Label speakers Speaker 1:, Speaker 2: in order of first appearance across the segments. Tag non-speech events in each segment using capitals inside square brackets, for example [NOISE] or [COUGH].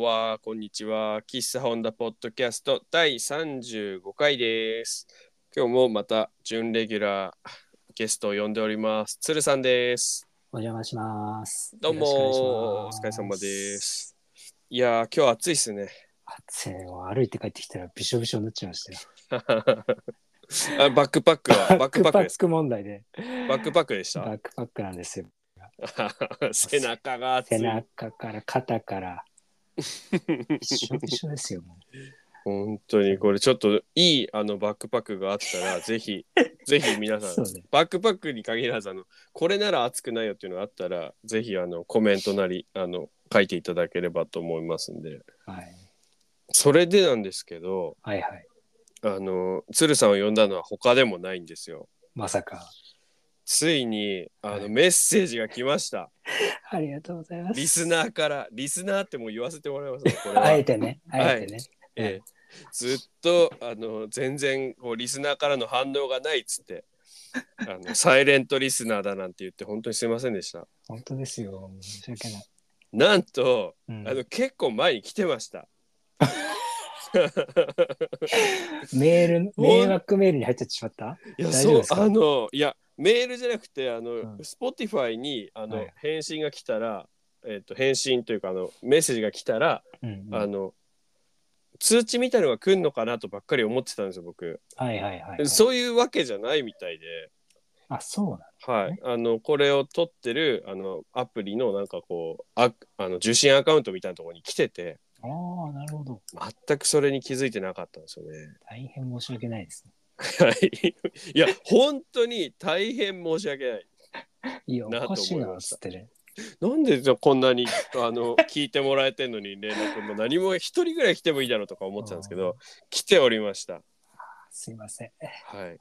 Speaker 1: は、こんにちは。喫茶ホンダポッドキャスト第35回です。今日もまた準レギュラーゲストを呼んでおります。鶴さんです。
Speaker 2: お邪魔します。
Speaker 1: どうも
Speaker 2: よろしく
Speaker 1: お疲れ
Speaker 2: 願いし
Speaker 1: 様
Speaker 2: ます
Speaker 1: です。いやー、今日暑いですね。 [LAUGHS]
Speaker 2: 暑いわ歩いて帰ってきたらびしょびしょになっちゃいました
Speaker 1: [LAUGHS]
Speaker 2: よ。
Speaker 1: あバックパックは、バックパック
Speaker 2: バ
Speaker 1: で
Speaker 2: ッ
Speaker 1: す。
Speaker 2: ク問題で。
Speaker 1: バックパックでし
Speaker 2: バ
Speaker 1: た。
Speaker 2: ックパックなんですよ。
Speaker 1: [LAUGHS] 背中が暑
Speaker 2: 背
Speaker 1: い。
Speaker 2: 中から肩から。びしょびしょですよ。もう
Speaker 1: 本当にこれちょっといいあのバックパックがあったらぜひぜひ皆さ
Speaker 2: そ
Speaker 1: ん、
Speaker 2: うね
Speaker 1: バックパックに限らずあのこれなら熱くないよっていうのがあったらぜひあのコメントなりあの書いていただければと思いますんで
Speaker 2: はい、
Speaker 1: それでなんですけど
Speaker 2: はいはい。
Speaker 1: あの鶴さんを呼んだのは他でもないんですよ
Speaker 2: まさか。
Speaker 1: ついにあの、
Speaker 2: はい
Speaker 1: メッセージが来ました
Speaker 2: ありがとうございます。
Speaker 1: リスナーからリスナーってもう言わせてもらいますねこれは
Speaker 2: あえてね。あえてね。
Speaker 1: ええ、ずっとあの全然こうリスナーからの反応がないっつってあのサイレントリスナーだなんて言って本当にすいませんでした
Speaker 2: 本当ですよ。申し訳ない。
Speaker 1: なんと
Speaker 2: うん
Speaker 1: あの結構前に来てました
Speaker 2: メール、
Speaker 1: お
Speaker 2: 迷惑メールに入っちゃってしまった
Speaker 1: いや
Speaker 2: 大丈夫
Speaker 1: そう
Speaker 2: ですか
Speaker 1: あのいやメールじゃなくてあの、
Speaker 2: うん
Speaker 1: Spotify にあの、
Speaker 2: はい
Speaker 1: 返信が来たら、えっと返信というかあのメッセージが来たら、
Speaker 2: うんうん
Speaker 1: あ
Speaker 2: はい
Speaker 1: の通知みたいのが来るのかなとばっかり思ってたんですよ僕、
Speaker 2: はいはい。
Speaker 1: そういうわけじゃないみたいで、
Speaker 2: あ、そうなんだ。
Speaker 1: はい、あのこれを撮ってるあのアプリのなんかこうああの受信アカウントみたいなところに来てて
Speaker 2: ああ、なるほど。
Speaker 1: 全くそれに気づいてなかったんですよね。 [LAUGHS]
Speaker 2: 大変申し訳ないですね。
Speaker 1: はい、いや本当に大変申し訳ない。
Speaker 2: いや、お
Speaker 1: なと思いました
Speaker 2: かしいな、つってね。
Speaker 1: なんでじゃあこんなにあの聞いてもらえてんのに連絡も何も一人ぐらい来てもいいだろうとか思ってたんですけど来ておりました。
Speaker 2: すいません。
Speaker 1: はい、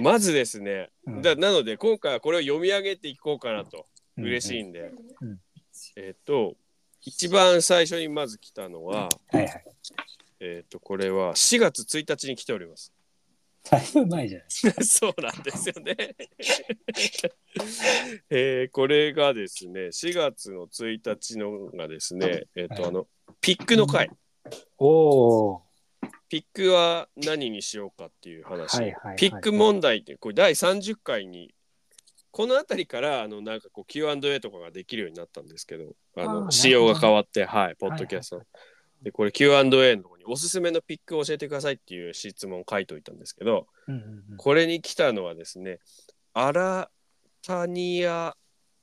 Speaker 1: まずですね、
Speaker 2: うん
Speaker 1: だなので今回はこれを読み上げていこうかなと嬉しい
Speaker 2: い。
Speaker 1: んで、
Speaker 2: うん
Speaker 1: えっ、と一番最初にまず来たのは、
Speaker 2: はいはい。
Speaker 1: えっ、とこれは4月1日に来ております
Speaker 2: だいぶ前じゃないですか。
Speaker 1: [LAUGHS] そうなんですよね [LAUGHS] えーこれがですね4月の1日のがですねえっ、と、
Speaker 2: はい
Speaker 1: あのピックの回
Speaker 2: おお。
Speaker 1: ピックは何にしようかっていう話、
Speaker 2: はいはいはい。
Speaker 1: ピック問題ってこれ第30回にこの辺りからあのなんかこう Q&A とかができるようになったんですけどあ
Speaker 2: あーなるほ
Speaker 1: の
Speaker 2: ど
Speaker 1: 仕様が変わってはいポッドキャストの、でこれ Q&A のとこにおすすめのピックを教えてくださいっていう質問を書いといたんですけど
Speaker 2: うんうんうん。
Speaker 1: これに来たのはですねアラタニア・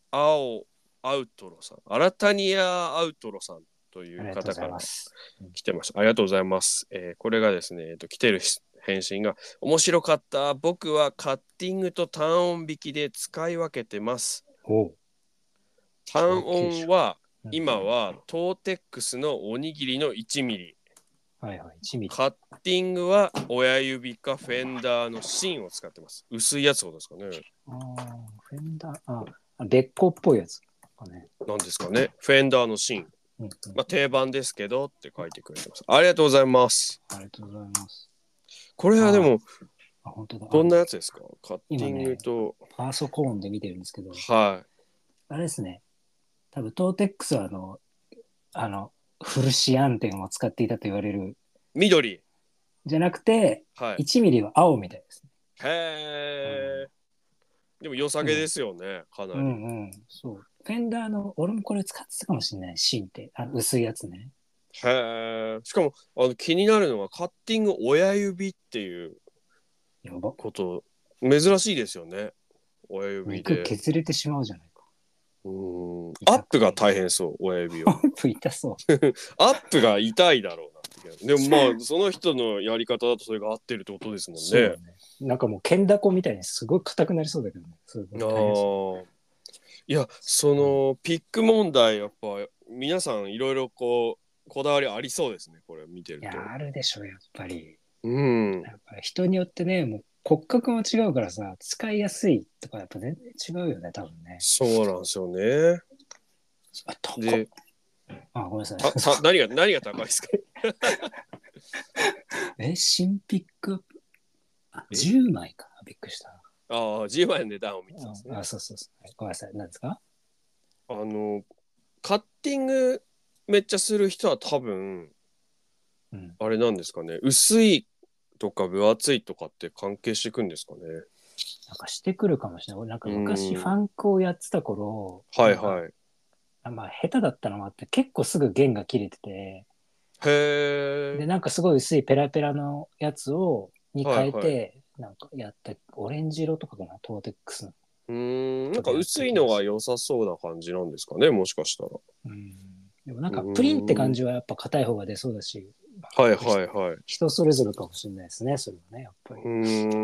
Speaker 1: アオ・アウトロさんアラタニア・アウトロさんとい
Speaker 2: あり
Speaker 1: う
Speaker 2: がとうご
Speaker 1: 方
Speaker 2: ざ
Speaker 1: か
Speaker 2: い
Speaker 1: ら
Speaker 2: ます。
Speaker 1: 来てました。ありがとうございます。えーこれがですね、えーと来てるし返信が面白かった。僕はカッティングと単音引きで使い分けてます。
Speaker 2: おう
Speaker 1: 単音は
Speaker 2: うん
Speaker 1: 今。はトーテックスのおにぎりの1ミリ、
Speaker 2: はいはい。1ミリ。
Speaker 1: カッティングは親指かフェンダーの芯を使ってます。薄いやつほどですかね。
Speaker 2: ああ、フェンダー。ああ、べっこっぽいやつ。かね。
Speaker 1: なんですかね。フェンダーの芯。
Speaker 2: うんうん。
Speaker 1: まあ定番ですけどって書いてくれてます。ありがとうございます。
Speaker 2: ありがとうございます。
Speaker 1: これはでも
Speaker 2: あ、本当だ。
Speaker 1: どんな
Speaker 2: あ
Speaker 1: やつですかカッティングと、
Speaker 2: パソコンで見てるんですけど、
Speaker 1: はい。
Speaker 2: あれですね。多分トーテックスはあの、あの、フルシアンテンを使っていたと言われる。
Speaker 1: 緑。
Speaker 2: じゃなくて、
Speaker 1: はい。
Speaker 2: 1ミリは青みたいです。
Speaker 1: へえ。でも良さげですよね、か
Speaker 2: う
Speaker 1: なり。
Speaker 2: んうん、そう。フェンダーの、俺もこれ使ってたかもしれない、芯って。あの薄いやつね。
Speaker 1: へえ。しかもあの気になるのはカッティング親指っていう
Speaker 2: やば。
Speaker 1: こと珍しいですよね。親指
Speaker 2: 肉
Speaker 1: で。
Speaker 2: 削れてしまうじゃないか。 [LAUGHS]
Speaker 1: うんアップが大変そう親指を。
Speaker 2: ポンプ痛そう。
Speaker 1: アップが痛いだろうなって気が。でもまあその人のやり方だとそれが合ってるってことですもん
Speaker 2: そうだ
Speaker 1: ね。
Speaker 2: ね。なんかもう、けんだこみたいにすごい硬くなりそうだけどね。すごい
Speaker 1: あ
Speaker 2: 大変そ
Speaker 1: ーいやそのピック問題やっぱ皆さんいろいろこうこだわりありそうですねこれ見て
Speaker 2: う
Speaker 1: る
Speaker 2: いや
Speaker 1: と。、
Speaker 2: あるでしょ、やっぱり。
Speaker 1: うん、
Speaker 2: やっぱり人によってね、もう骨格も違うからさ、使いやすいとかやっぱ全然違うよね、多分ね。
Speaker 1: そうなんですよね。
Speaker 2: あ、高っ
Speaker 1: で、
Speaker 2: あ、ごめんなさい
Speaker 1: た。た何が何が高いですか。
Speaker 2: え、新ピックアップ。あ、10枚か。びっくりした。
Speaker 1: ああ、G1 の値段を見てたんですね。
Speaker 2: あ、そうそうそう。ごめんなさい。何ですか
Speaker 1: あのカッティングめっちゃする人は多分
Speaker 2: うん、
Speaker 1: あれなんですかね薄いとか分厚いとかって関係していくんですかね
Speaker 2: なんかしてくるかもしれない。なんか
Speaker 1: うん
Speaker 2: 昔ファンクをやってた頃、
Speaker 1: はい
Speaker 2: い。
Speaker 1: はい
Speaker 2: まあ下手だったのもあって、結構すぐ弦が切れてて、
Speaker 1: へ
Speaker 2: で、
Speaker 1: え
Speaker 2: なんかすごい薄いペラペラのやつを、に変えて、
Speaker 1: はい
Speaker 2: なんかやった、オレンジ色とかかな、トーテックスの。
Speaker 1: うーんなんか薄いのが良さそうな感じなんですかねもしかしたら
Speaker 2: うん。でもなんかプリンって感じはやっぱ硬い方が出そうだし、
Speaker 1: はいはいはい
Speaker 2: 人それぞれかもしれないですね、それはね、やっぱり
Speaker 1: う。ー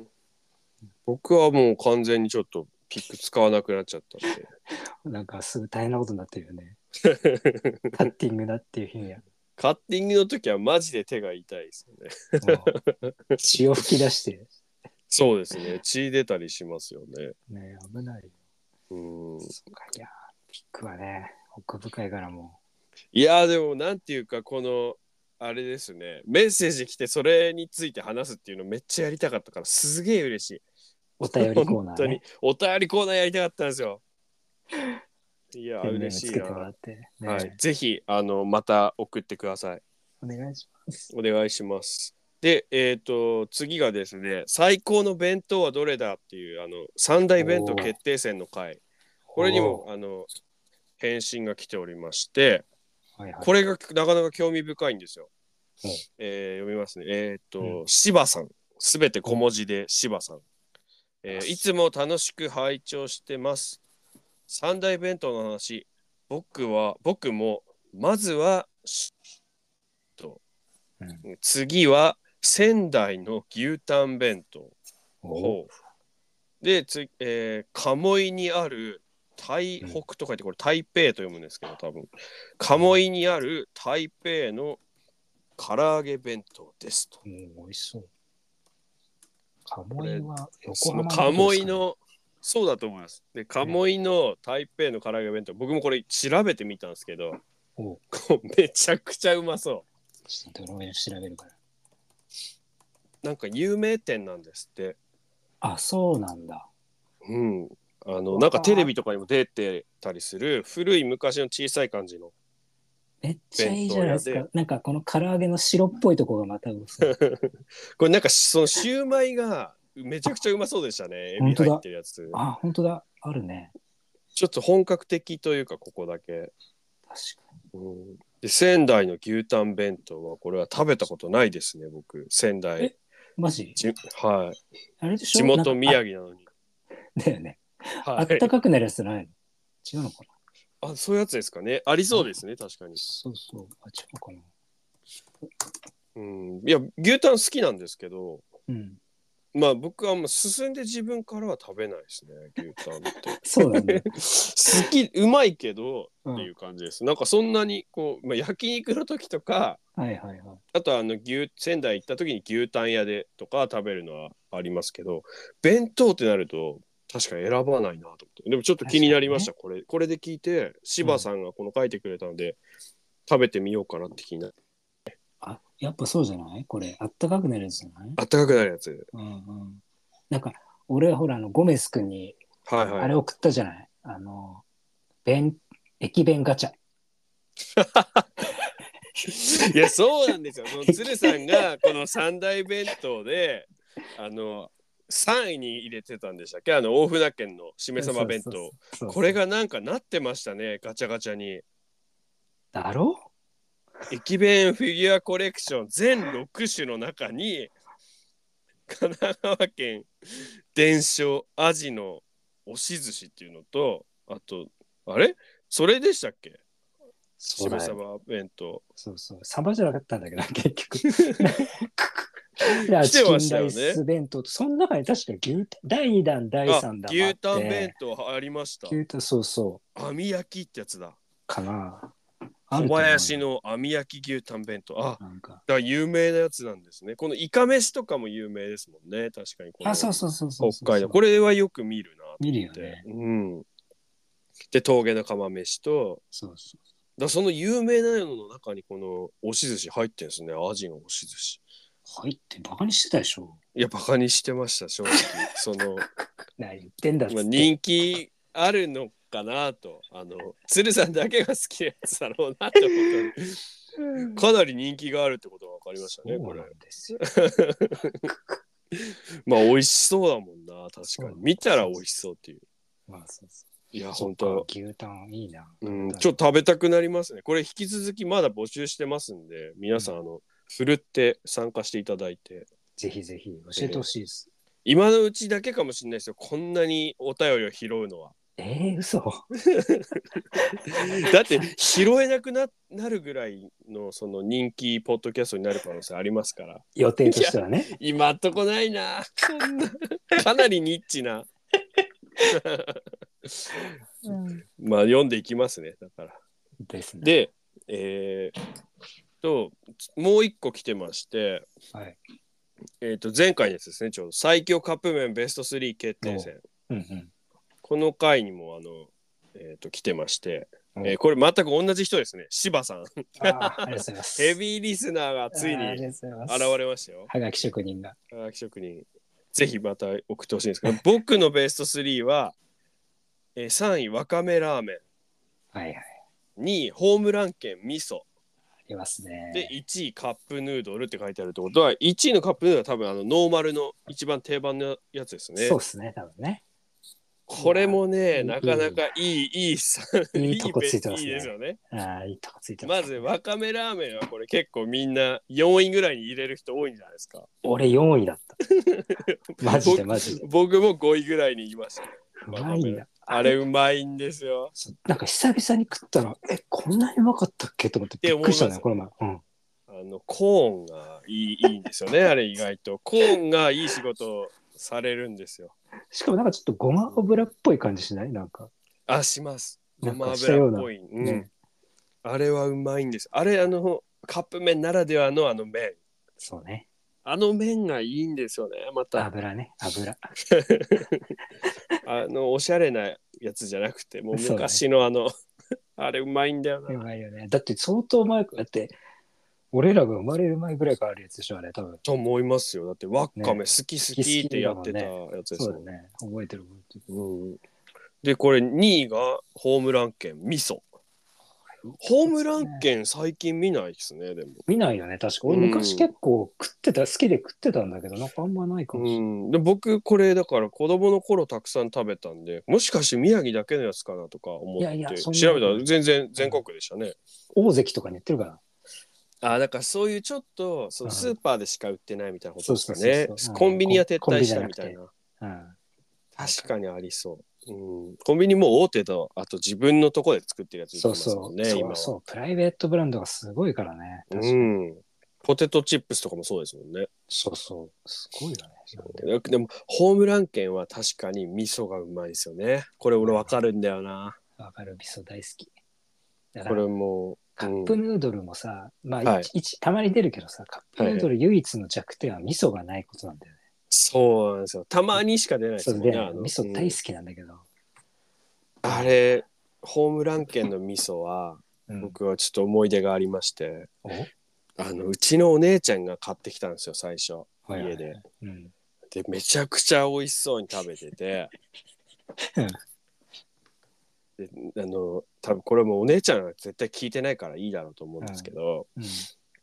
Speaker 1: ん僕はもう完全にちょっとピック使わなくなっちゃったんで
Speaker 2: なんかすぐ大変なことになってるよね。カッティングだっていう日には。
Speaker 1: [LAUGHS] カッティングの時はマジで手が痛いですよね
Speaker 2: も
Speaker 1: [LAUGHS]
Speaker 2: う血を吹き出して、
Speaker 1: そうですね [LAUGHS] 血出たりしますよね
Speaker 2: ね、危ないよ。
Speaker 1: うーん
Speaker 2: そうか、いやー、ピックはね、奥深いからも、
Speaker 1: いやーでもなんていうかこのあれですねメッセージ来てそれについて話すっていうのめっちゃやりたかったからすげえ嬉しいう
Speaker 2: お便りコーナ
Speaker 1: 本
Speaker 2: ー
Speaker 1: 当
Speaker 2: ね
Speaker 1: に、お便りコーナーやりたかったんですよいやー
Speaker 2: ペンネーム
Speaker 1: 嬉し
Speaker 2: つ
Speaker 1: い
Speaker 2: け
Speaker 1: な
Speaker 2: てもらって、ね
Speaker 1: はい、ぜひあのまた送ってください
Speaker 2: お願いします。
Speaker 1: お願いします。で、えっ、と、次がですね、最高の弁当はどれだっていう、あの、三大弁当決定戦の回。これにも、あの、返信が来ておりまして、
Speaker 2: はいはい、
Speaker 1: これがなかなか興味深いんですよ。
Speaker 2: うん
Speaker 1: えー読みますね。えっ、
Speaker 2: う
Speaker 1: と、芝、さん。すべて小文字で芝さん。えーいつも楽しく拝聴してます。三大弁当の話、僕は、僕も、まずは、しと、
Speaker 2: うん
Speaker 1: 次は、仙台の牛タン弁当。
Speaker 2: お
Speaker 1: ほうで、つえー鴨居にある台北と書いてこれ台北と読むんですけど多分鴨居にある台北の唐揚げ弁当ですと。
Speaker 2: うん、美味しそう。鴨居は横
Speaker 1: その
Speaker 2: 浜
Speaker 1: 鴨居
Speaker 2: 居
Speaker 1: のそうだと思います。で鴨居の台北の唐揚げ弁当僕もこれ調べてみたんですけど [LAUGHS]
Speaker 2: お
Speaker 1: こうめちゃくちゃうまそ
Speaker 2: ちょっと俺も調べるから。
Speaker 1: う。なんか有名店なんですって。
Speaker 2: あ、そうなんだ。
Speaker 1: うん。あのなんかテレビとかにも出てたりする古い昔の小さい感じの
Speaker 2: めっちゃいいじゃないです
Speaker 1: 弁当
Speaker 2: か。なんかこの唐揚げの白っぽいとこがまた美味
Speaker 1: [LAUGHS]
Speaker 2: しそう。
Speaker 1: これなんかしそのシューマイがめちゃくちゃうまそうでしたね。エビ
Speaker 2: 本当だ
Speaker 1: 入ってるやつ。
Speaker 2: あ、本当だ。あるね。
Speaker 1: ちょっと本格的というかここだけ。
Speaker 2: 確かに。
Speaker 1: うんで仙台の牛タン弁当はこれは食べたことないですね僕仙台
Speaker 2: えマジ
Speaker 1: じはい
Speaker 2: あれでしょ
Speaker 1: 地元
Speaker 2: なんかあ
Speaker 1: 宮城なのに
Speaker 2: だよね。あ
Speaker 1: は
Speaker 2: っ
Speaker 1: い
Speaker 2: たかくなるやつじゃないの違うのかな
Speaker 1: あそういうやつですかねありそうですね確かに、
Speaker 2: そうそう。あ、違うかな。
Speaker 1: うん、いや牛タン好きなんですけど
Speaker 2: うん。
Speaker 1: まあ僕はもう進んで自分からは食べないですね牛タンって [LAUGHS]
Speaker 2: そうなんだ。
Speaker 1: 好きうまいけど
Speaker 2: う
Speaker 1: って
Speaker 2: ん
Speaker 1: い、う感じです、なんかそんなにこう、まあ、焼肉の時とか
Speaker 2: はいはいはい。
Speaker 1: あとはあの牛仙台行った時に牛タン屋でとか食べるのはありますけど弁当ってなると確かに選ばないなと思ってでもちょっと気になりました、これこれで聞いて柴さんがこの書いてくれたので、食べてみようかなって気になる
Speaker 2: あ、やっぱそうじゃないこれ。あったかくなるやつじゃない
Speaker 1: あったかくなるやつ
Speaker 2: うんうん。なんか、俺ほら、あの、ゴメス君に、
Speaker 1: はい
Speaker 2: あ
Speaker 1: は
Speaker 2: れ
Speaker 1: い
Speaker 2: 送ったじゃない、あの、弁、駅弁ガチャ。
Speaker 1: いやそうなんですよその鶴さんがこの三大弁当であの3位に入れてたんでしたっけあの大船県のしめさま弁当
Speaker 2: そうそうそうそう
Speaker 1: これ。がなんかなってましたねガチャガチャに
Speaker 2: だろ
Speaker 1: 駅弁フィギュアコレクション全6種の中に神奈川県伝承アジの押し寿司っていうのとあとあれそれでしたっけ
Speaker 2: そ
Speaker 1: し
Speaker 2: う
Speaker 1: め
Speaker 2: だ
Speaker 1: さ
Speaker 2: よ。
Speaker 1: ば弁当
Speaker 2: そうそう。サバじゃなかったん
Speaker 1: [LAUGHS]
Speaker 2: だけど、結局。だから
Speaker 1: 来て
Speaker 2: チ
Speaker 1: ま
Speaker 2: キン
Speaker 1: した
Speaker 2: ラ
Speaker 1: よね
Speaker 2: イス弁当と、その中に確か牛タン、第2弾、第3
Speaker 1: あ
Speaker 2: 弾もあって。
Speaker 1: 牛タン弁当ありました
Speaker 2: 牛タン、そうそう。
Speaker 1: 網焼きってやつだ
Speaker 2: かな。あ
Speaker 1: 小
Speaker 2: ると思う
Speaker 1: 林。の網焼き牛タン弁当あ
Speaker 2: なんか。
Speaker 1: だから有名なやつなんですねこのイカ飯とかも有名ですもんね確かにこの
Speaker 2: あ、そうそうそうそうそう。
Speaker 1: 北海道これはよく見るなと
Speaker 2: 見るよ
Speaker 1: って、
Speaker 2: ね。
Speaker 1: うん、で峠の釜飯と
Speaker 2: そうそう。
Speaker 1: だその有名なのの中にこの押し寿司入ってんですねアジの押し寿司
Speaker 2: 入ってバカにしてたでし [LAUGHS] ょ。
Speaker 1: いやバカ
Speaker 2: [LAUGHS]
Speaker 1: にしてました正直その、
Speaker 2: 何言ってんだっつっ
Speaker 1: ま
Speaker 2: て
Speaker 1: あ、人気あるのかなとあの鶴さんだけが好きなやつだろうなってこと
Speaker 2: [LAUGHS]
Speaker 1: にかなり人気があるってことが分かりましたね
Speaker 2: そ
Speaker 1: こ
Speaker 2: う
Speaker 1: れ
Speaker 2: なんですよ。
Speaker 1: まあ美味しそうだもんな確
Speaker 2: そう
Speaker 1: か
Speaker 2: なん
Speaker 1: に
Speaker 2: です
Speaker 1: 見たら美味しそうっていう
Speaker 2: まあそうそ
Speaker 1: いや
Speaker 2: う
Speaker 1: 本当
Speaker 2: 牛タンいいな。
Speaker 1: うんちょっと食べたくなりますねこれ引き続きまだ募集してますんで皆さんあのふるって参加していただいて
Speaker 2: ぜひぜひ教えてほしいです。
Speaker 1: 今のうちだけかもしれないですよこんなにお便りを拾うのは
Speaker 2: えー、嘘。
Speaker 1: だって拾えなくななるぐらいのその人気ポッドキャストになる可能性ありますから
Speaker 2: 予定としてはね。
Speaker 1: 今んとこないなそんなかなりニッチなまあ読んでいきますねだから
Speaker 2: ですね。
Speaker 1: でえー、ともう一個来てまして、
Speaker 2: はい。
Speaker 1: えー、と前回のやつですねちょうど最強カップ麺ベスト3決定戦
Speaker 2: うん
Speaker 1: この回にもあの、えー、と来てまして、
Speaker 2: うん
Speaker 1: えーこれ全く同じ人ですね柴さん
Speaker 2: [LAUGHS] うん。ああ、ありがとうございます。
Speaker 1: ヘビーリスナーがつい
Speaker 2: あーあり
Speaker 1: に
Speaker 2: がとうございま
Speaker 1: 現
Speaker 2: す。
Speaker 1: れましたよ。
Speaker 2: はがき職人が。
Speaker 1: はがき職人。ぜひまた送ってほしいんですけど、 [LAUGHS] 僕のベスト3は、えー、3位、わかめラーメ
Speaker 2: はいはい。
Speaker 1: ン。2位、ホームラン券味噌。
Speaker 2: ありますね。
Speaker 1: で、1位、カップヌードルって書いてあるってことは、1位のカップヌードルは多分あのノーマルの一番定番のやつですね
Speaker 2: そ。うですね、多分ね。
Speaker 1: これもね、
Speaker 2: うん
Speaker 1: なかなかいい、い [LAUGHS] いさ、
Speaker 2: いいとこ
Speaker 1: べ
Speaker 2: ついてますね
Speaker 1: いいですよね。
Speaker 2: ああ、いいとこついてます、
Speaker 1: まず、わかめラーメンはこれ結構みんな4位ぐらいに入れる人多いんじゃないですか。
Speaker 2: 俺4位だった。
Speaker 1: [LAUGHS]
Speaker 2: マジでマジで。
Speaker 1: 僕も5位ぐらいにいました。
Speaker 2: うまいんだ。
Speaker 1: あれうまいんですよ。
Speaker 2: なんか久々に食ったら、え、こんなにうまかったっけと思ってびっくりしたね、
Speaker 1: って
Speaker 2: この前。うん。
Speaker 1: あのコーンがいいいいんですよ
Speaker 2: [LAUGHS]
Speaker 1: ね、あれ意外と。コーンがいい仕事をされるんですよ。
Speaker 2: しかもなんかちょっとごま油っぽい感じしないなんか。
Speaker 1: あ、します。ご
Speaker 2: なん
Speaker 1: ま
Speaker 2: かしたよう
Speaker 1: 油
Speaker 2: な
Speaker 1: っぽい。うん
Speaker 2: ね
Speaker 1: あれはうまいんです。あれ、あの、カップ麺ならではのあの麺。
Speaker 2: そうね。
Speaker 1: あの麺がいいんですよね、また。
Speaker 2: 油ね、油。
Speaker 1: あの、おしゃれなやつじゃなくて、もう
Speaker 2: そうね
Speaker 1: 昔のあの、 [LAUGHS] あれうまいんだよ
Speaker 2: う
Speaker 1: な。
Speaker 2: まいよね。だって相当前、だって、俺らが生まれる前ぐらいからあるやつでしょ、あれ、多分。
Speaker 1: と思いますよ。だって、わっかめ好き好きってやってた
Speaker 2: 好き好きだ
Speaker 1: やつです
Speaker 2: そ
Speaker 1: も
Speaker 2: うんだね。覚えてる覚えてる。
Speaker 1: うんでこれ2位がホームラン券味噌ホームラン券最近見ないですねでも、
Speaker 2: 見ないよね、確か。俺
Speaker 1: うん
Speaker 2: 昔結構食ってた、好きで食ってたんだけど、なんかあんまないかもしれ
Speaker 1: う
Speaker 2: ない。
Speaker 1: ん、で僕これだから子供の頃たくさん食べたんでもしかして宮城だけのやつかなとか思って
Speaker 2: いやいやそんな
Speaker 1: 調べたら全然全国でしたね、
Speaker 2: 大関とかにやってるから。
Speaker 1: あだからそういうちょっとその
Speaker 2: うん
Speaker 1: スーパーでしか売ってないみたいなことですか
Speaker 2: そうそう
Speaker 1: ね
Speaker 2: そうそううん
Speaker 1: コンビニは撤退したみたいな
Speaker 2: うん。
Speaker 1: 確かにありそう、うん、コンビニもう大手とあと自分のとこで作ってるやつ売って
Speaker 2: そう
Speaker 1: ます
Speaker 2: そ
Speaker 1: もん
Speaker 2: う。
Speaker 1: ね
Speaker 2: そ
Speaker 1: 今は
Speaker 2: うそう。プライベートブランドがすごいからね。確か
Speaker 1: う
Speaker 2: に
Speaker 1: ん。ポテトチップスとかもそうですもんね。
Speaker 2: そうそう。すごいよね。
Speaker 1: でも、ホームラン券は確かに味噌がうまいですよね。これ俺わかるんだよな。
Speaker 2: わかる、味噌大好き。だか
Speaker 1: こ
Speaker 2: ら
Speaker 1: れ、も。
Speaker 2: カップヌードルもさ、まあ、
Speaker 1: はい
Speaker 2: 一一たまに出るけどさ、カップヌードル唯一の弱点は味噌がないことなんだよね。
Speaker 1: そうなんですよ。たまにしか出ないで
Speaker 2: そ
Speaker 1: すも
Speaker 2: れ
Speaker 1: んね。
Speaker 2: で、
Speaker 1: あの
Speaker 2: 味噌大好
Speaker 1: うん
Speaker 2: きなんだけど。
Speaker 1: あれ、ホームラン券の味噌は、
Speaker 2: うん
Speaker 1: 僕はちょっと思い出がありまして、
Speaker 2: お
Speaker 1: あの、うちのお姉ちゃんが買ってきたんですよ、最初。
Speaker 2: はいはい
Speaker 1: 家で。
Speaker 2: うん。
Speaker 1: で、めちゃくちゃ美味しそうに食べて
Speaker 2: [LAUGHS]
Speaker 1: て
Speaker 2: うん。
Speaker 1: であの多分これもお姉ちゃんは絶対聞いてないからいいだろうと思うんですけど、
Speaker 2: うん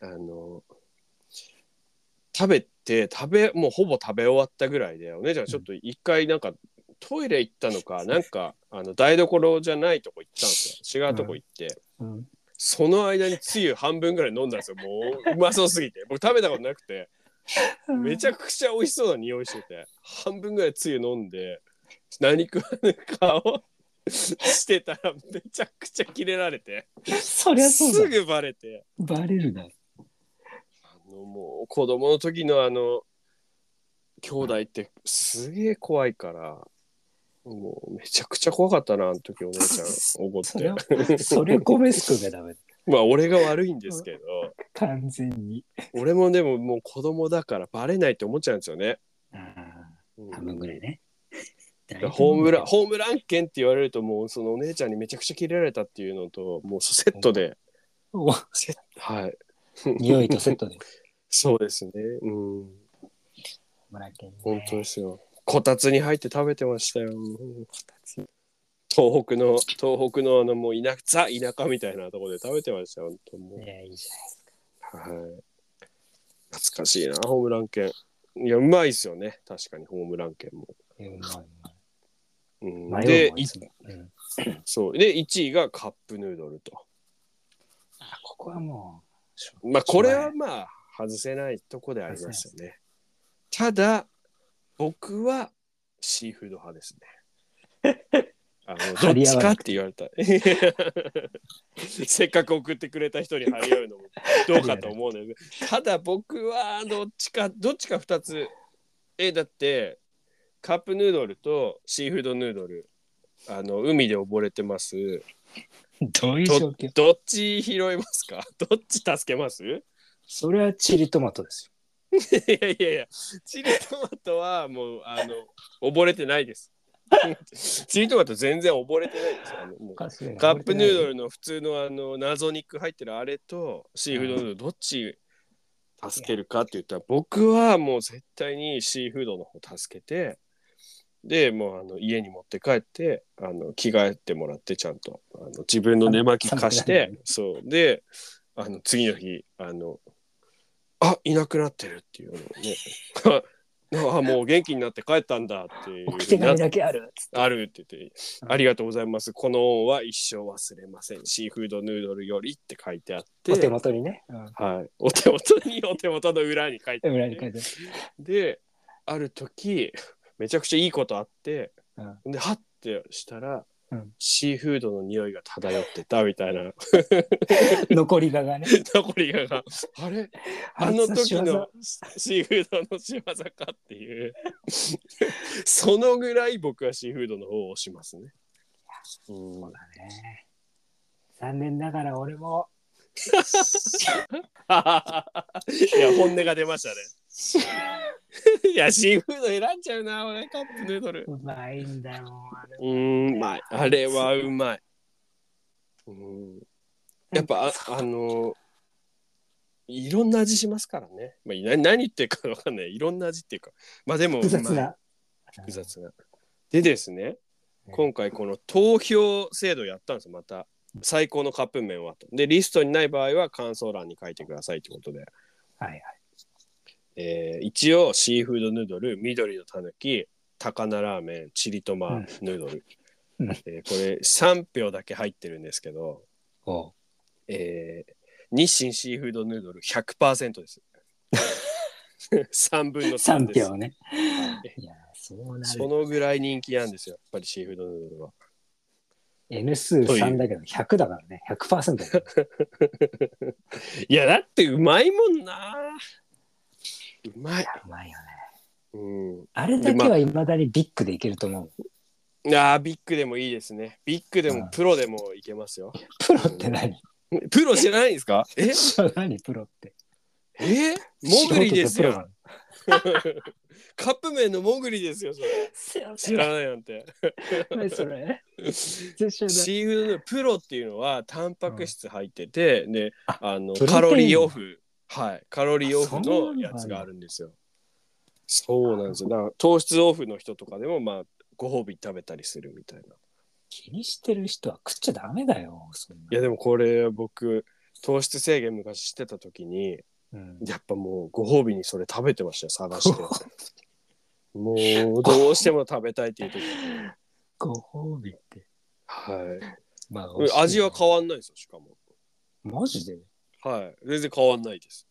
Speaker 1: あの食べて食べもうほぼ食べ終わったぐらいでお姉ちゃんがちょっと一回なんか、トイレ行ったのかなんかあの台所じゃないとこ行ったんですよ違うとこ行って、
Speaker 2: うん。
Speaker 1: その間につゆ半分ぐらい飲んだんですよもううまそうすぎて僕食べたことなくて [LAUGHS] めちゃくちゃ美味しそうな匂いしてて半分ぐらいつゆ飲んで何食わぬ顔 [LAUGHS] してたらめちゃくちゃキレられて
Speaker 2: そりゃそ
Speaker 1: す
Speaker 2: うだ。
Speaker 1: ぐバレて
Speaker 2: バレるな。
Speaker 1: あのもう子供の時のあの兄弟ってすげえ怖いからもうめちゃくちゃ怖かったなあの時お姉
Speaker 2: [LAUGHS]
Speaker 1: ちゃん怒っ [LAUGHS]
Speaker 2: それは
Speaker 1: て、
Speaker 2: それ米すくがダメ。
Speaker 1: まあ俺が悪いんですけど
Speaker 2: 完全に。
Speaker 1: 俺もでももう子供だからバレないって思っちゃうんですよね、
Speaker 2: うん
Speaker 1: うん
Speaker 2: 半分ぐらいね。
Speaker 1: だからホームラン、ホームラン券って言われると、もうそのお姉ちゃんにめちゃくちゃキレられたっていうのと、もうセットで、
Speaker 2: お
Speaker 1: セはい。
Speaker 2: 匂いとセットで。
Speaker 1: そうですね。うん。
Speaker 2: ホームラン系ね
Speaker 1: 本当ですよ。こたつに入って食べてましたよ。東北の東北のあのもう田舎ザ田舎みたいなところで食べてましたよ本当もう
Speaker 2: いや、いいじゃないですか。
Speaker 1: はい。懐かしいな、ホームラン犬。いや、うまいっすよね。確かに、ホームラン犬も。
Speaker 2: えうまいうま
Speaker 1: うん、
Speaker 2: い。迷う
Speaker 1: で
Speaker 2: もんい
Speaker 1: い
Speaker 2: つもうん
Speaker 1: そう。で、1位がカップヌードルと。
Speaker 2: あここはもう、
Speaker 1: まあ、これはまあ、外せないとこでありますよね。ただ、僕はシーフード派ですね。
Speaker 2: [LAUGHS]
Speaker 1: あの
Speaker 2: 張
Speaker 1: どっ
Speaker 2: り合
Speaker 1: ち
Speaker 2: わ
Speaker 1: かっ
Speaker 2: な
Speaker 1: て言われた。せっかく送ってくれた人に張り合うのもどうかと思うので、ただ僕はどっちか、どっちか2つ。え、だって、カップヌードルとシーフードヌードル、あの海で溺れてます。
Speaker 2: どういう状況
Speaker 1: どっち拾いますか [LAUGHS] どっち助けますい
Speaker 2: それはチリトマトです
Speaker 1: やいやいや、チリトマトはもう、あの、溺れてないです。 [LAUGHS] チリトマト全然溺れてないです。あのも
Speaker 2: よ。
Speaker 1: うカップヌードルの普通のあの謎肉入ってるあれとシーフードヌードルどっち助けるかって言ったら僕はもう絶対にシーフードの方助けてでもうあの家に持って帰ってあの着替えてもらってちゃんとあの自分の寝巻き貸し
Speaker 2: 寒くなる
Speaker 1: て
Speaker 2: の
Speaker 1: そうであの次の日あのあいなくなってるっていうのをね [LAUGHS] ああもう元気になって帰ったんだっていう
Speaker 2: 置き手紙だけある。
Speaker 1: あるって言って、ありがとうございます。この恩は一生忘れません。シーフードヌードルよりって書いてあって、
Speaker 2: お手元
Speaker 1: [LAUGHS]
Speaker 2: にね。うん
Speaker 1: はい、お手元にお手元の裏に書いてあって
Speaker 2: 裏に書いてある。
Speaker 1: で、ある時、めちゃくちゃいいことあって、で、はってしたら、
Speaker 2: うん
Speaker 1: シーフードの匂いが漂ってたみたいな
Speaker 2: 残りががね。
Speaker 1: 残りががあれあの時のシーフードの仕業かっていうそのぐらい僕はシーフードの方を押しますね。うん
Speaker 2: そうだね。残念ながら俺も
Speaker 1: いや本音が出ました [LAUGHS] ね。いやシーフード選んじゃうな俺カップヌードル。
Speaker 2: うまいんだよ。あれ
Speaker 1: うーんうまいあれはうまい。うんやっぱああのいろんな味しますからね。まあ、いな何言ってるかわかんない。いろんな味っていうか。まあでもうまい
Speaker 2: 複雑な。
Speaker 1: 複雑な。でですね、
Speaker 2: うん
Speaker 1: 今回この投票制度やったんですよまた。最高のカップ麺はと。でリストにない場合は感想欄に書いてくださいってことで。
Speaker 2: はいはい。
Speaker 1: えー一応シーフードヌードル緑のたぬき高菜ラーメンチリトマヌードル、
Speaker 2: うんうん
Speaker 1: えーこれ3票だけ入ってるんですけど、
Speaker 2: おう
Speaker 1: えー日清シーフードヌードル100%です [LAUGHS] 3分の3
Speaker 2: 3
Speaker 1: です
Speaker 2: 票ね。
Speaker 1: はい
Speaker 2: いや、そうな
Speaker 1: そ
Speaker 2: る。
Speaker 1: のぐらい人気なんですよやっぱりシーフードヌードルは
Speaker 2: N 数3だけど100だからね。100%だ
Speaker 1: [LAUGHS]
Speaker 2: からね。
Speaker 1: いやだってうまいもんなうまい、
Speaker 2: うまいよね。
Speaker 1: うん、
Speaker 2: あれだけはいまだにビッグでいけると思う。
Speaker 1: あービッグでもいいですねビッグで
Speaker 2: う
Speaker 1: も
Speaker 2: ん
Speaker 1: プロでもいけますよ
Speaker 2: プロって何
Speaker 1: [LAUGHS] プロ知らないんですかえ
Speaker 2: 何プロって。
Speaker 1: えもぐりです
Speaker 2: 素人
Speaker 1: よ。
Speaker 2: と
Speaker 1: カップ麺のもぐりですよ、それ。
Speaker 2: プロなの。
Speaker 1: 知らないなんて。
Speaker 2: 何それ。
Speaker 1: シーフードのプロっていうのは、タンパク質入ってて、ね、
Speaker 2: あ
Speaker 1: あの、
Speaker 2: プロテイン
Speaker 1: カロリーオフ。はい。カロリーオフ
Speaker 2: あそんな
Speaker 1: の
Speaker 2: のがあ
Speaker 1: や
Speaker 2: る
Speaker 1: つがあるんですよ。そうなんですよ。だから、糖質オフの人とかでも、まあ、ご褒美食べたりするみたいな。
Speaker 2: 気にしてる人は食っちゃダメだよ。そんない
Speaker 1: や、でもこれ、僕、糖質制限昔してた時に、
Speaker 2: うん
Speaker 1: やっぱもうご褒美にそれ食べてましたよ探 [LAUGHS] してもうどうしても食べたいっていう時
Speaker 2: ご褒美って。
Speaker 1: は
Speaker 2: まあ
Speaker 1: い味は変
Speaker 2: わ
Speaker 1: わんないですよしかも
Speaker 2: マジで
Speaker 1: はい全然変わんないです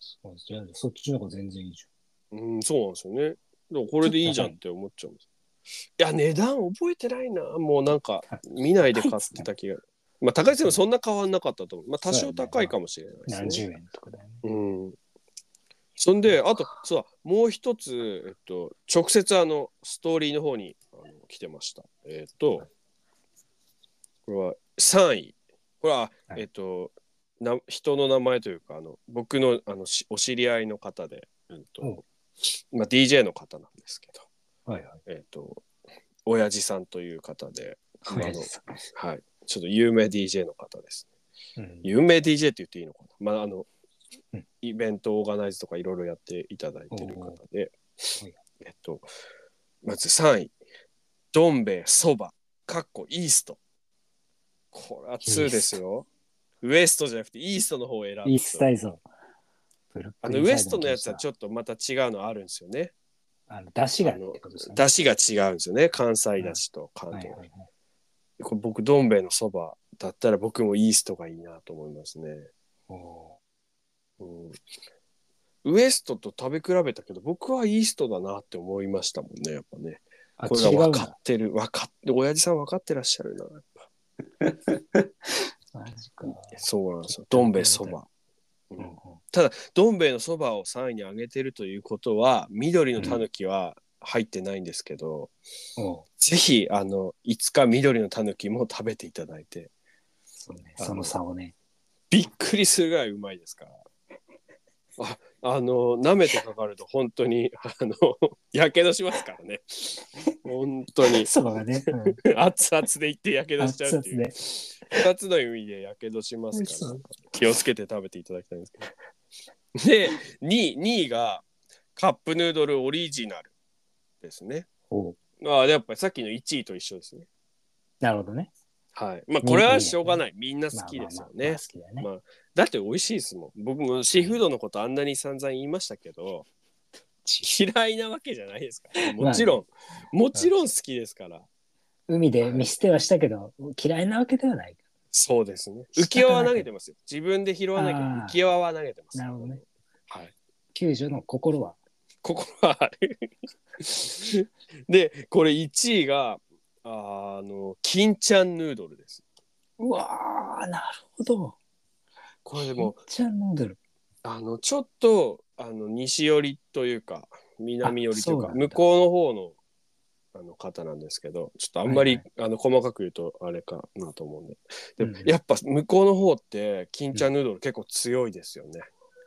Speaker 2: そうじゃあそっちの方が全然いいじ
Speaker 1: うんそうなんですよねでもこれでいいじゃんって思っちゃうんですいや値段覚えてないなもうなんか見ないで買ってた気がまあ高いですよそんな変わんなかったと思うまあ多少高いかもしれないです
Speaker 2: ゃ
Speaker 1: ね
Speaker 2: ん。何十円とかだよね。
Speaker 1: うん。そんで、あと、そうだ、もう一つ、えっと、直接あの、ストーリーの方にあの来てました。えっと、これは3位。これは、
Speaker 2: はい
Speaker 1: えっと、な人の名前というか、あの僕のあのしお知り合いの方で、うんとまあ、DJ の方なんですけ
Speaker 2: はいはい。
Speaker 1: ど、えっと、親父さんという方で、あの
Speaker 2: 親父さん
Speaker 1: はい、ちょっと有名 DJ の方です。
Speaker 2: うん
Speaker 1: 有名 DJ って言っていいのかな、まあ、あの
Speaker 2: うん
Speaker 1: イベントオーガナイズとかいろいろやっていただいてる方で
Speaker 2: おう、
Speaker 1: えっと、まず3位、どん兵衛そば、かっこイースト。これは2ですよ。ウエストじゃなくてイーストの方を選ぶ。
Speaker 2: イースタイゾー。
Speaker 1: あのウエストのやつはちょっとまた違うのあるんですよね。
Speaker 2: あの、出汁が
Speaker 1: あ
Speaker 2: ね
Speaker 1: の
Speaker 2: ってことですね。
Speaker 1: 出汁が違うんですよね。関西出汁と関
Speaker 2: はい
Speaker 1: 東。
Speaker 2: はいはい
Speaker 1: これ僕、どん兵衛のそばだったら僕もイーストがいいなと思いますね。
Speaker 2: お
Speaker 1: うん、ウエストと食べ比べたけど僕はイーストだなって思いましたもんねやっぱね
Speaker 2: ーあ、
Speaker 1: これは
Speaker 2: 違う
Speaker 1: 分
Speaker 2: ん
Speaker 1: か
Speaker 2: だ。
Speaker 1: ってる分かって親父さん分かってらっしゃるなやっぱ
Speaker 2: マジか。
Speaker 1: そうなんですよどん兵衛そば、う
Speaker 2: うんうん
Speaker 1: ん、どん兵衛のそばを3位に上げてるということは緑のたぬきは入ってないんですけど、
Speaker 2: おう
Speaker 1: ぜひあのいつか緑のたぬきも食べていただいて
Speaker 2: そうねその差をね。
Speaker 1: びっくりするぐらいうまいですから。ああの舐めてかかると本当にあのやけどしますからね本当に
Speaker 2: そばがね。うん
Speaker 1: [LAUGHS] 熱々でいってやけどしちゃうっていう
Speaker 2: 熱
Speaker 1: 2つの意味でやけどしますか
Speaker 2: そ
Speaker 1: ら
Speaker 2: う
Speaker 1: 気をつけて食べていただきたいんですけどで2位2位がカップヌードルオリジナルですね
Speaker 2: おう
Speaker 1: まあやっぱりさっきの1位と一緒ですね
Speaker 2: なるほどね。
Speaker 1: はいまあこれはしょうがないみんな好きですよ
Speaker 2: まあまあまあま
Speaker 1: ね
Speaker 2: あ好きだよね
Speaker 1: ま。だって美味しいですもん僕もシーフードのことあんなに散々言いましたけど嫌いなわけじゃないですからもちろんもちろん好きですから
Speaker 2: 海で見捨てはしたけど、嫌いなわけではない。
Speaker 1: そうですね
Speaker 2: 仕方なく
Speaker 1: 浮世は投げてますよ自分で拾わなきゃ
Speaker 2: あ
Speaker 1: 浮世は投げてます
Speaker 2: なるほどね
Speaker 1: はい
Speaker 2: 救助の心は。
Speaker 1: ここはあれ [LAUGHS] でこれ1位があの金ちゃんヌードルです
Speaker 2: うわー、なるほど。
Speaker 1: これで
Speaker 2: めっ
Speaker 1: も
Speaker 2: ちゃ飲んでる。
Speaker 1: あのちょっとあの西寄りというか南寄りという
Speaker 2: あそう
Speaker 1: か
Speaker 2: なんだ
Speaker 1: 向こうの方のあの方なんですけどちょっとあんまり、
Speaker 2: は
Speaker 1: あの細かく言うとあれかなと思うんでで、
Speaker 2: うん
Speaker 1: やっぱ向こうの方って金ちゃんヌードル結構強いですよね、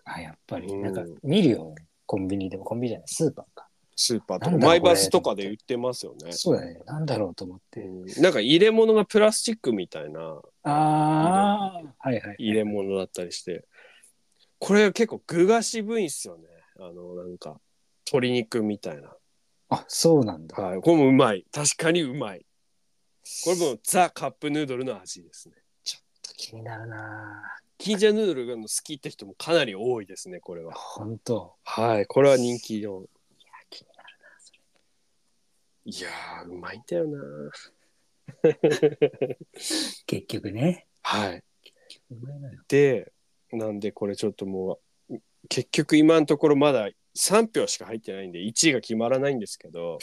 Speaker 2: あ、やっぱり、
Speaker 1: うん
Speaker 2: なんか見るよ、ね。コンビニでも、コンビニじゃない、スーパーか。
Speaker 1: スーパーと
Speaker 2: な
Speaker 1: か
Speaker 2: んだろう
Speaker 1: マイバスとかで売ってますよね、
Speaker 2: そうだね。なんだろうと思って。
Speaker 1: うんなんか入れ物がプラスチックみたいな
Speaker 2: あー、はいはい。
Speaker 1: 入れ物だったりしてこれ結構具が渋いんすよねあのなんか鶏肉みたいな
Speaker 2: あ、そうなんだ。
Speaker 1: はい、これもうまい。確かにうまい。これもザ・カップヌードルの味ですね。
Speaker 2: 気になるな
Speaker 1: キンジャーヌードルが好きって人もかなり多いですね、これ
Speaker 2: ぁ。
Speaker 1: は。
Speaker 2: ほんと。
Speaker 1: はい、これは人気の。
Speaker 2: いや、気になるなそれ
Speaker 1: いやー、うまいんだよな。
Speaker 2: 結局ね。
Speaker 1: はい。
Speaker 2: うまいのよ
Speaker 1: で、なんでこれちょっともう、結局今のところまだ3票しか入ってないんで、1位が決まらないんですけど。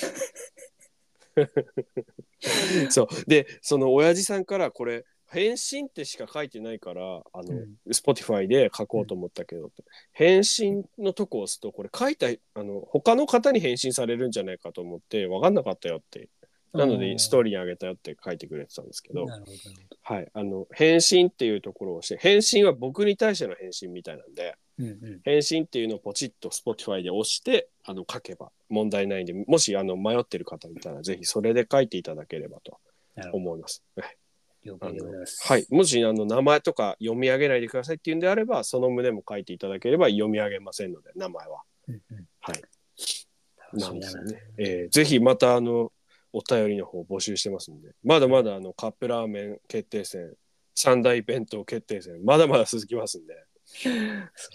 Speaker 1: [LAUGHS] そう。で、その親父さんからこれ、返信ってしか書いてないから、あの、
Speaker 2: うん。
Speaker 1: Spotify で書こうと思ったけど、返信のとこを押すとこれ書いたあの他の方に返信されるんじゃないかと思って分かんなかったよってなのでストーリーにあげたよって書いてくれてたんですけど、
Speaker 2: なるほど。
Speaker 1: はい、あの返信っていうところを押して返信は僕に対しての返信みたいなんで
Speaker 2: うんうん。
Speaker 1: 返信っていうのをポチッと Spotify で押してあの書けば問題ないんでもしあの迷ってる方いたらぜひそれで書いていただければと
Speaker 2: なるほど。
Speaker 1: 思います。
Speaker 2: 了解でございます。
Speaker 1: はい、。もしあの名前とか読み上げないでくださいっていうんであればその旨も書いていただければ読み上げませんので名前は。
Speaker 2: うんうん。
Speaker 1: はい
Speaker 2: 楽しみだ
Speaker 1: な
Speaker 2: な。
Speaker 1: んですよえーぜひまたあのお便りの方募集してますんでまだまだあのカップラーメン決定戦三大弁当決定戦まだまだ続きますんで
Speaker 2: それ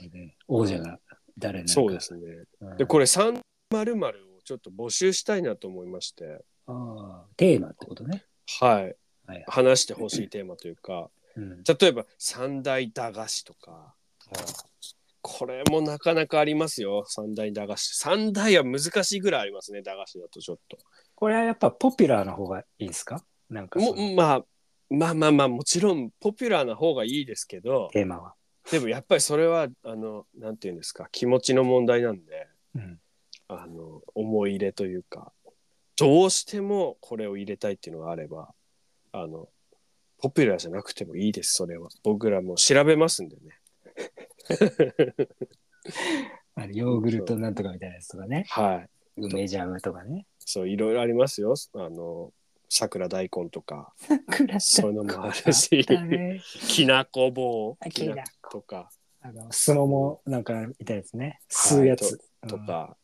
Speaker 2: で、王者が誰なのか。
Speaker 1: そうですね
Speaker 2: うん
Speaker 1: でこれ3〇〇をちょっと募集したいなと思いまして
Speaker 2: ああ、テーマってことね。
Speaker 1: はい
Speaker 2: はい。
Speaker 1: 話してほしいテーマというか
Speaker 2: うん。
Speaker 1: 例えば三大駄菓子とかこれもなかなかありますよ三大駄菓子三大は難しいぐらいありますね駄菓子だとちょっと
Speaker 2: これはやっぱポピュラーな方がいいですかなんかそ
Speaker 1: も
Speaker 2: の
Speaker 1: まあまあまあまあもちろんポピュラーな方がいいですけど
Speaker 2: テーマは。
Speaker 1: でもやっぱりそれはあのなんていうんですか気持ちの問題なんで
Speaker 2: うん。
Speaker 1: あの思い入れというかどうしてもこれを入れたいっていうのがあればあのポピュラーじゃなくてもいいですそれは僕らも調べますんでね
Speaker 2: あのヨーグルトなんとかみたいなやつとかね。
Speaker 1: はい
Speaker 2: 梅ジャムとかね。
Speaker 1: そういろいろありますよあの桜大根とか
Speaker 2: クラ
Speaker 1: そういうのもあるし
Speaker 2: ね。
Speaker 1: きなこ棒
Speaker 2: あ
Speaker 1: きな
Speaker 2: きな
Speaker 1: ことか
Speaker 2: あの、スモモなんかみたいですね。吸うやつ。
Speaker 1: とか、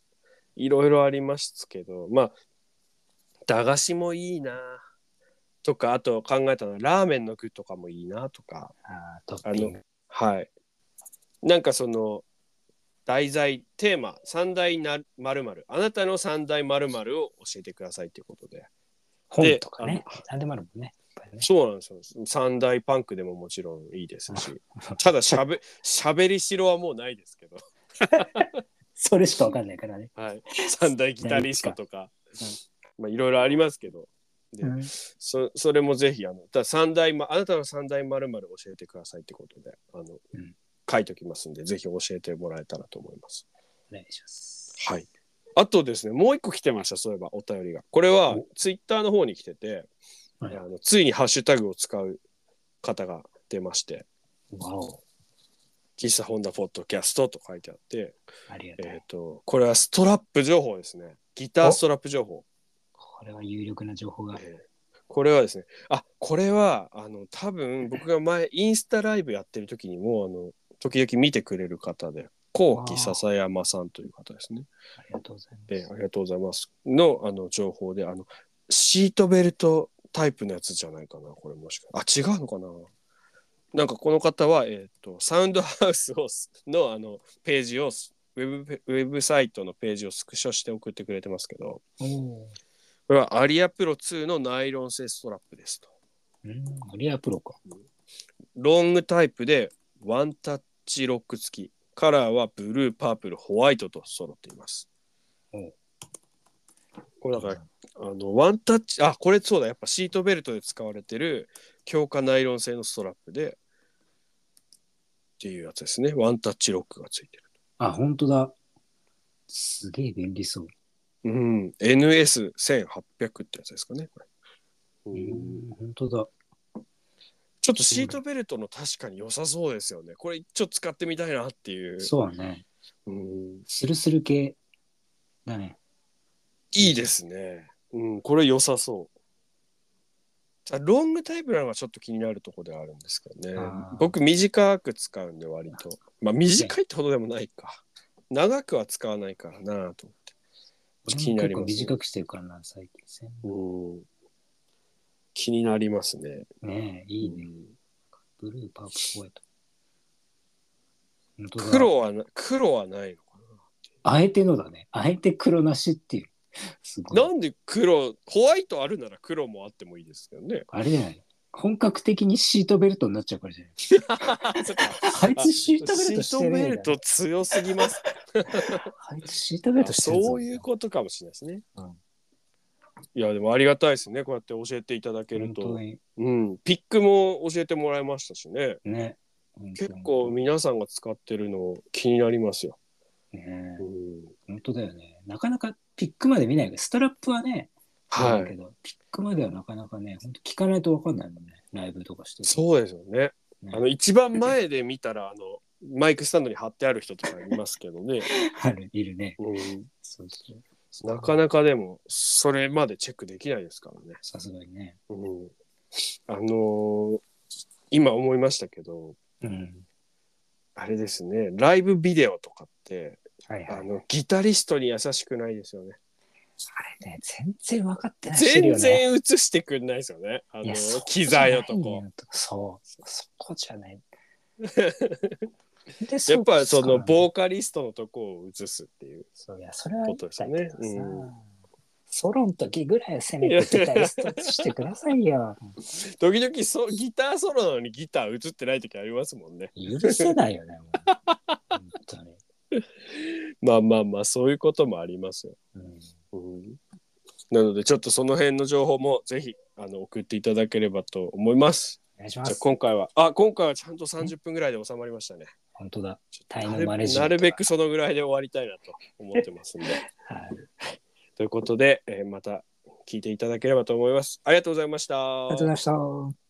Speaker 1: いろいろありますけどまあ駄菓子もいいなとかあと考えたのはラーメンの具とかもいいなとか
Speaker 2: あートッピング。
Speaker 1: はいなんかその題材テーマ三大なまるまるあなたの三大まるまるを教えてくださいっていうことで
Speaker 2: 本とかね。何でもあるもんね。いっぱいね
Speaker 1: そうなんですよ三大パンクでももちろんいいですしただしゃべしゃべりしろはもうないですけど、
Speaker 2: [LAUGHS] それしかわかんないからね。
Speaker 1: はい、 [LAUGHS] 三大ギタリストとか、まあいろいろありますけどで
Speaker 2: うん
Speaker 1: そそれもぜひあのだ三大、ま、あなたの三大まるまる教えてくださいってことであの、
Speaker 2: うん
Speaker 1: 書いときますんでぜひ教えてもらえたらと思います。
Speaker 2: お願いします。
Speaker 1: はい、あとですねもう一個来てましたそういえばお便りがこれは
Speaker 2: お
Speaker 1: ツイッターの方に来てて、
Speaker 2: はい
Speaker 1: あのついにハッシュタグを使う方が出まして
Speaker 2: わお。
Speaker 1: 「喫茶ホンダポッドキャスト」と書いてあって、
Speaker 2: ありがと
Speaker 1: え
Speaker 2: う
Speaker 1: っ。とこれはストラップ情報ですねギターストラップ情報。
Speaker 2: これは有力な情報が。
Speaker 1: えーこれはですねあこれはあの多分僕が前インスタライブやってる時にもあの時々見てくれる方で後期笹山さんという方ですね、
Speaker 2: ありがとうございます。
Speaker 1: えーありがとうございますのあの情報であのシートベルトタイプのやつじゃないかなこれもしかあ違うのかななんかこの方は、えー、とサウンドハウスをすのあのページをすウェブウェブサイトのページをスクショして送ってくれてますけど
Speaker 2: おー
Speaker 1: これはアリアプロ2のナイロン製ストラップですと。
Speaker 2: うん、あれはプロか。
Speaker 1: ロングタイプでワンタッチロック付きカラーはブルーパープルホワイトと揃っています
Speaker 2: おう
Speaker 1: これだからあのワンタッチあこれそうだやっぱシートベルトで使われてる強化ナイロン製のストラップでっていうやつですねワンタッチロックが付いてる
Speaker 2: あ、本当だ。すげえ便利そう。
Speaker 1: うん NS1800 ってやつですかねこれ
Speaker 2: う
Speaker 1: うん
Speaker 2: ん、本当だ。
Speaker 1: ちょっとシートベルトの確かに良さそうですよねこれちょっと使ってみたいなっていう
Speaker 2: そうだね。
Speaker 1: うん
Speaker 2: スルスル系だね。
Speaker 1: いいですね。うん、これ良さそう。あロングタイプなのがちょっと気になるところではあるんですけどね
Speaker 2: あー。
Speaker 1: 僕短く使うんで割と。まあ短いってほどでもないか。長くは使わないからなと
Speaker 2: 俺も
Speaker 1: 気になります
Speaker 2: 結構短くしてるからな、最近せん。
Speaker 1: 思って。うん。気になりますね。
Speaker 2: ねえ、いいね。
Speaker 1: うん
Speaker 2: ブルー、パープル、ホワイト。本当だ
Speaker 1: 黒はな黒はないのか
Speaker 2: あえてのだね。あえて黒なしっていう。すご
Speaker 1: な。
Speaker 2: い。。
Speaker 1: なんで黒ホワイトあるなら黒もあってもいいですけどね
Speaker 2: あれじゃない本格的にシートベルトになっちゃうからじゃない
Speaker 1: そっか
Speaker 2: [LAUGHS] あいつシートベルト
Speaker 1: シ
Speaker 2: し
Speaker 1: ー
Speaker 2: て
Speaker 1: ト
Speaker 2: ね
Speaker 1: ベ
Speaker 2: え
Speaker 1: ル
Speaker 2: だろ
Speaker 1: ト強すぎます。
Speaker 2: あいつシートベルト
Speaker 1: あ
Speaker 2: してるぞ
Speaker 1: そういうことかもしれないですね。
Speaker 2: うん
Speaker 1: いやでもありがたいですねこうやって教えていただける
Speaker 2: 本当
Speaker 1: と、
Speaker 2: に
Speaker 1: うん、ピックも教えてもらいましたしね
Speaker 2: ね。
Speaker 1: 結構皆さんが使ってるの気になりますよ、
Speaker 2: ね
Speaker 1: う
Speaker 2: え。
Speaker 1: ん、
Speaker 2: 本当だよね。なかなかピックまで見ないけど、ストラップはね、
Speaker 1: はい
Speaker 2: 見るけど、ピックまではなかなかね、本当聞かないと分かんないもんね。ライブとかしてると
Speaker 1: そうですよね
Speaker 2: ね
Speaker 1: あの一番前で見たらあのマイクスタンドに貼ってある人とかいますけどね、
Speaker 2: あるいるね。
Speaker 1: [LAUGHS] うん、
Speaker 2: そうそう。
Speaker 1: なかなかでもそれまでチェックできないですからね、
Speaker 2: さすがにね。
Speaker 1: うん、あのー今思いましたけど
Speaker 2: うん。
Speaker 1: あれですねライブビデオとかって
Speaker 2: はいはい。
Speaker 1: あのギタリストに優しくないですよね。
Speaker 2: あれね、全然分かってない。
Speaker 1: 全然映してくんないですよね。あ
Speaker 2: い
Speaker 1: の
Speaker 2: やそこ
Speaker 1: 機材のとこ。
Speaker 2: そう、そこじゃ
Speaker 1: [LAUGHS]
Speaker 2: ない。で
Speaker 1: やっぱそのボ
Speaker 2: ー
Speaker 1: ーカリストのとこを映すっていう。
Speaker 2: そういや、それは
Speaker 1: ことですよね
Speaker 2: だけどさ
Speaker 1: う
Speaker 2: ソロの時ぐらいせめてギタリストしてくださいよ。
Speaker 1: 時々そギターソロなのにギター映ってない時ありますもんね。
Speaker 2: 許せないよね、もう。本当に。
Speaker 1: まあまあまあそういうこともありますよ。
Speaker 2: うん
Speaker 1: うんなのでちょっとその辺の情報もぜひあの送っていただければと思います。
Speaker 2: お願いしま
Speaker 1: じゃあ
Speaker 2: す。
Speaker 1: 今回はあ今回はちゃんと30分ぐらいで収まりましたね。
Speaker 2: 本当だ。
Speaker 1: ちょっと
Speaker 2: タイ
Speaker 1: な
Speaker 2: ム
Speaker 1: る
Speaker 2: マネジメント
Speaker 1: なるべくそのぐらいで終わりたいなと思ってますんで。
Speaker 2: はい。
Speaker 1: ということで、えーまた聞いていただければと思います。ありがとうございました。
Speaker 2: ありがとうございました。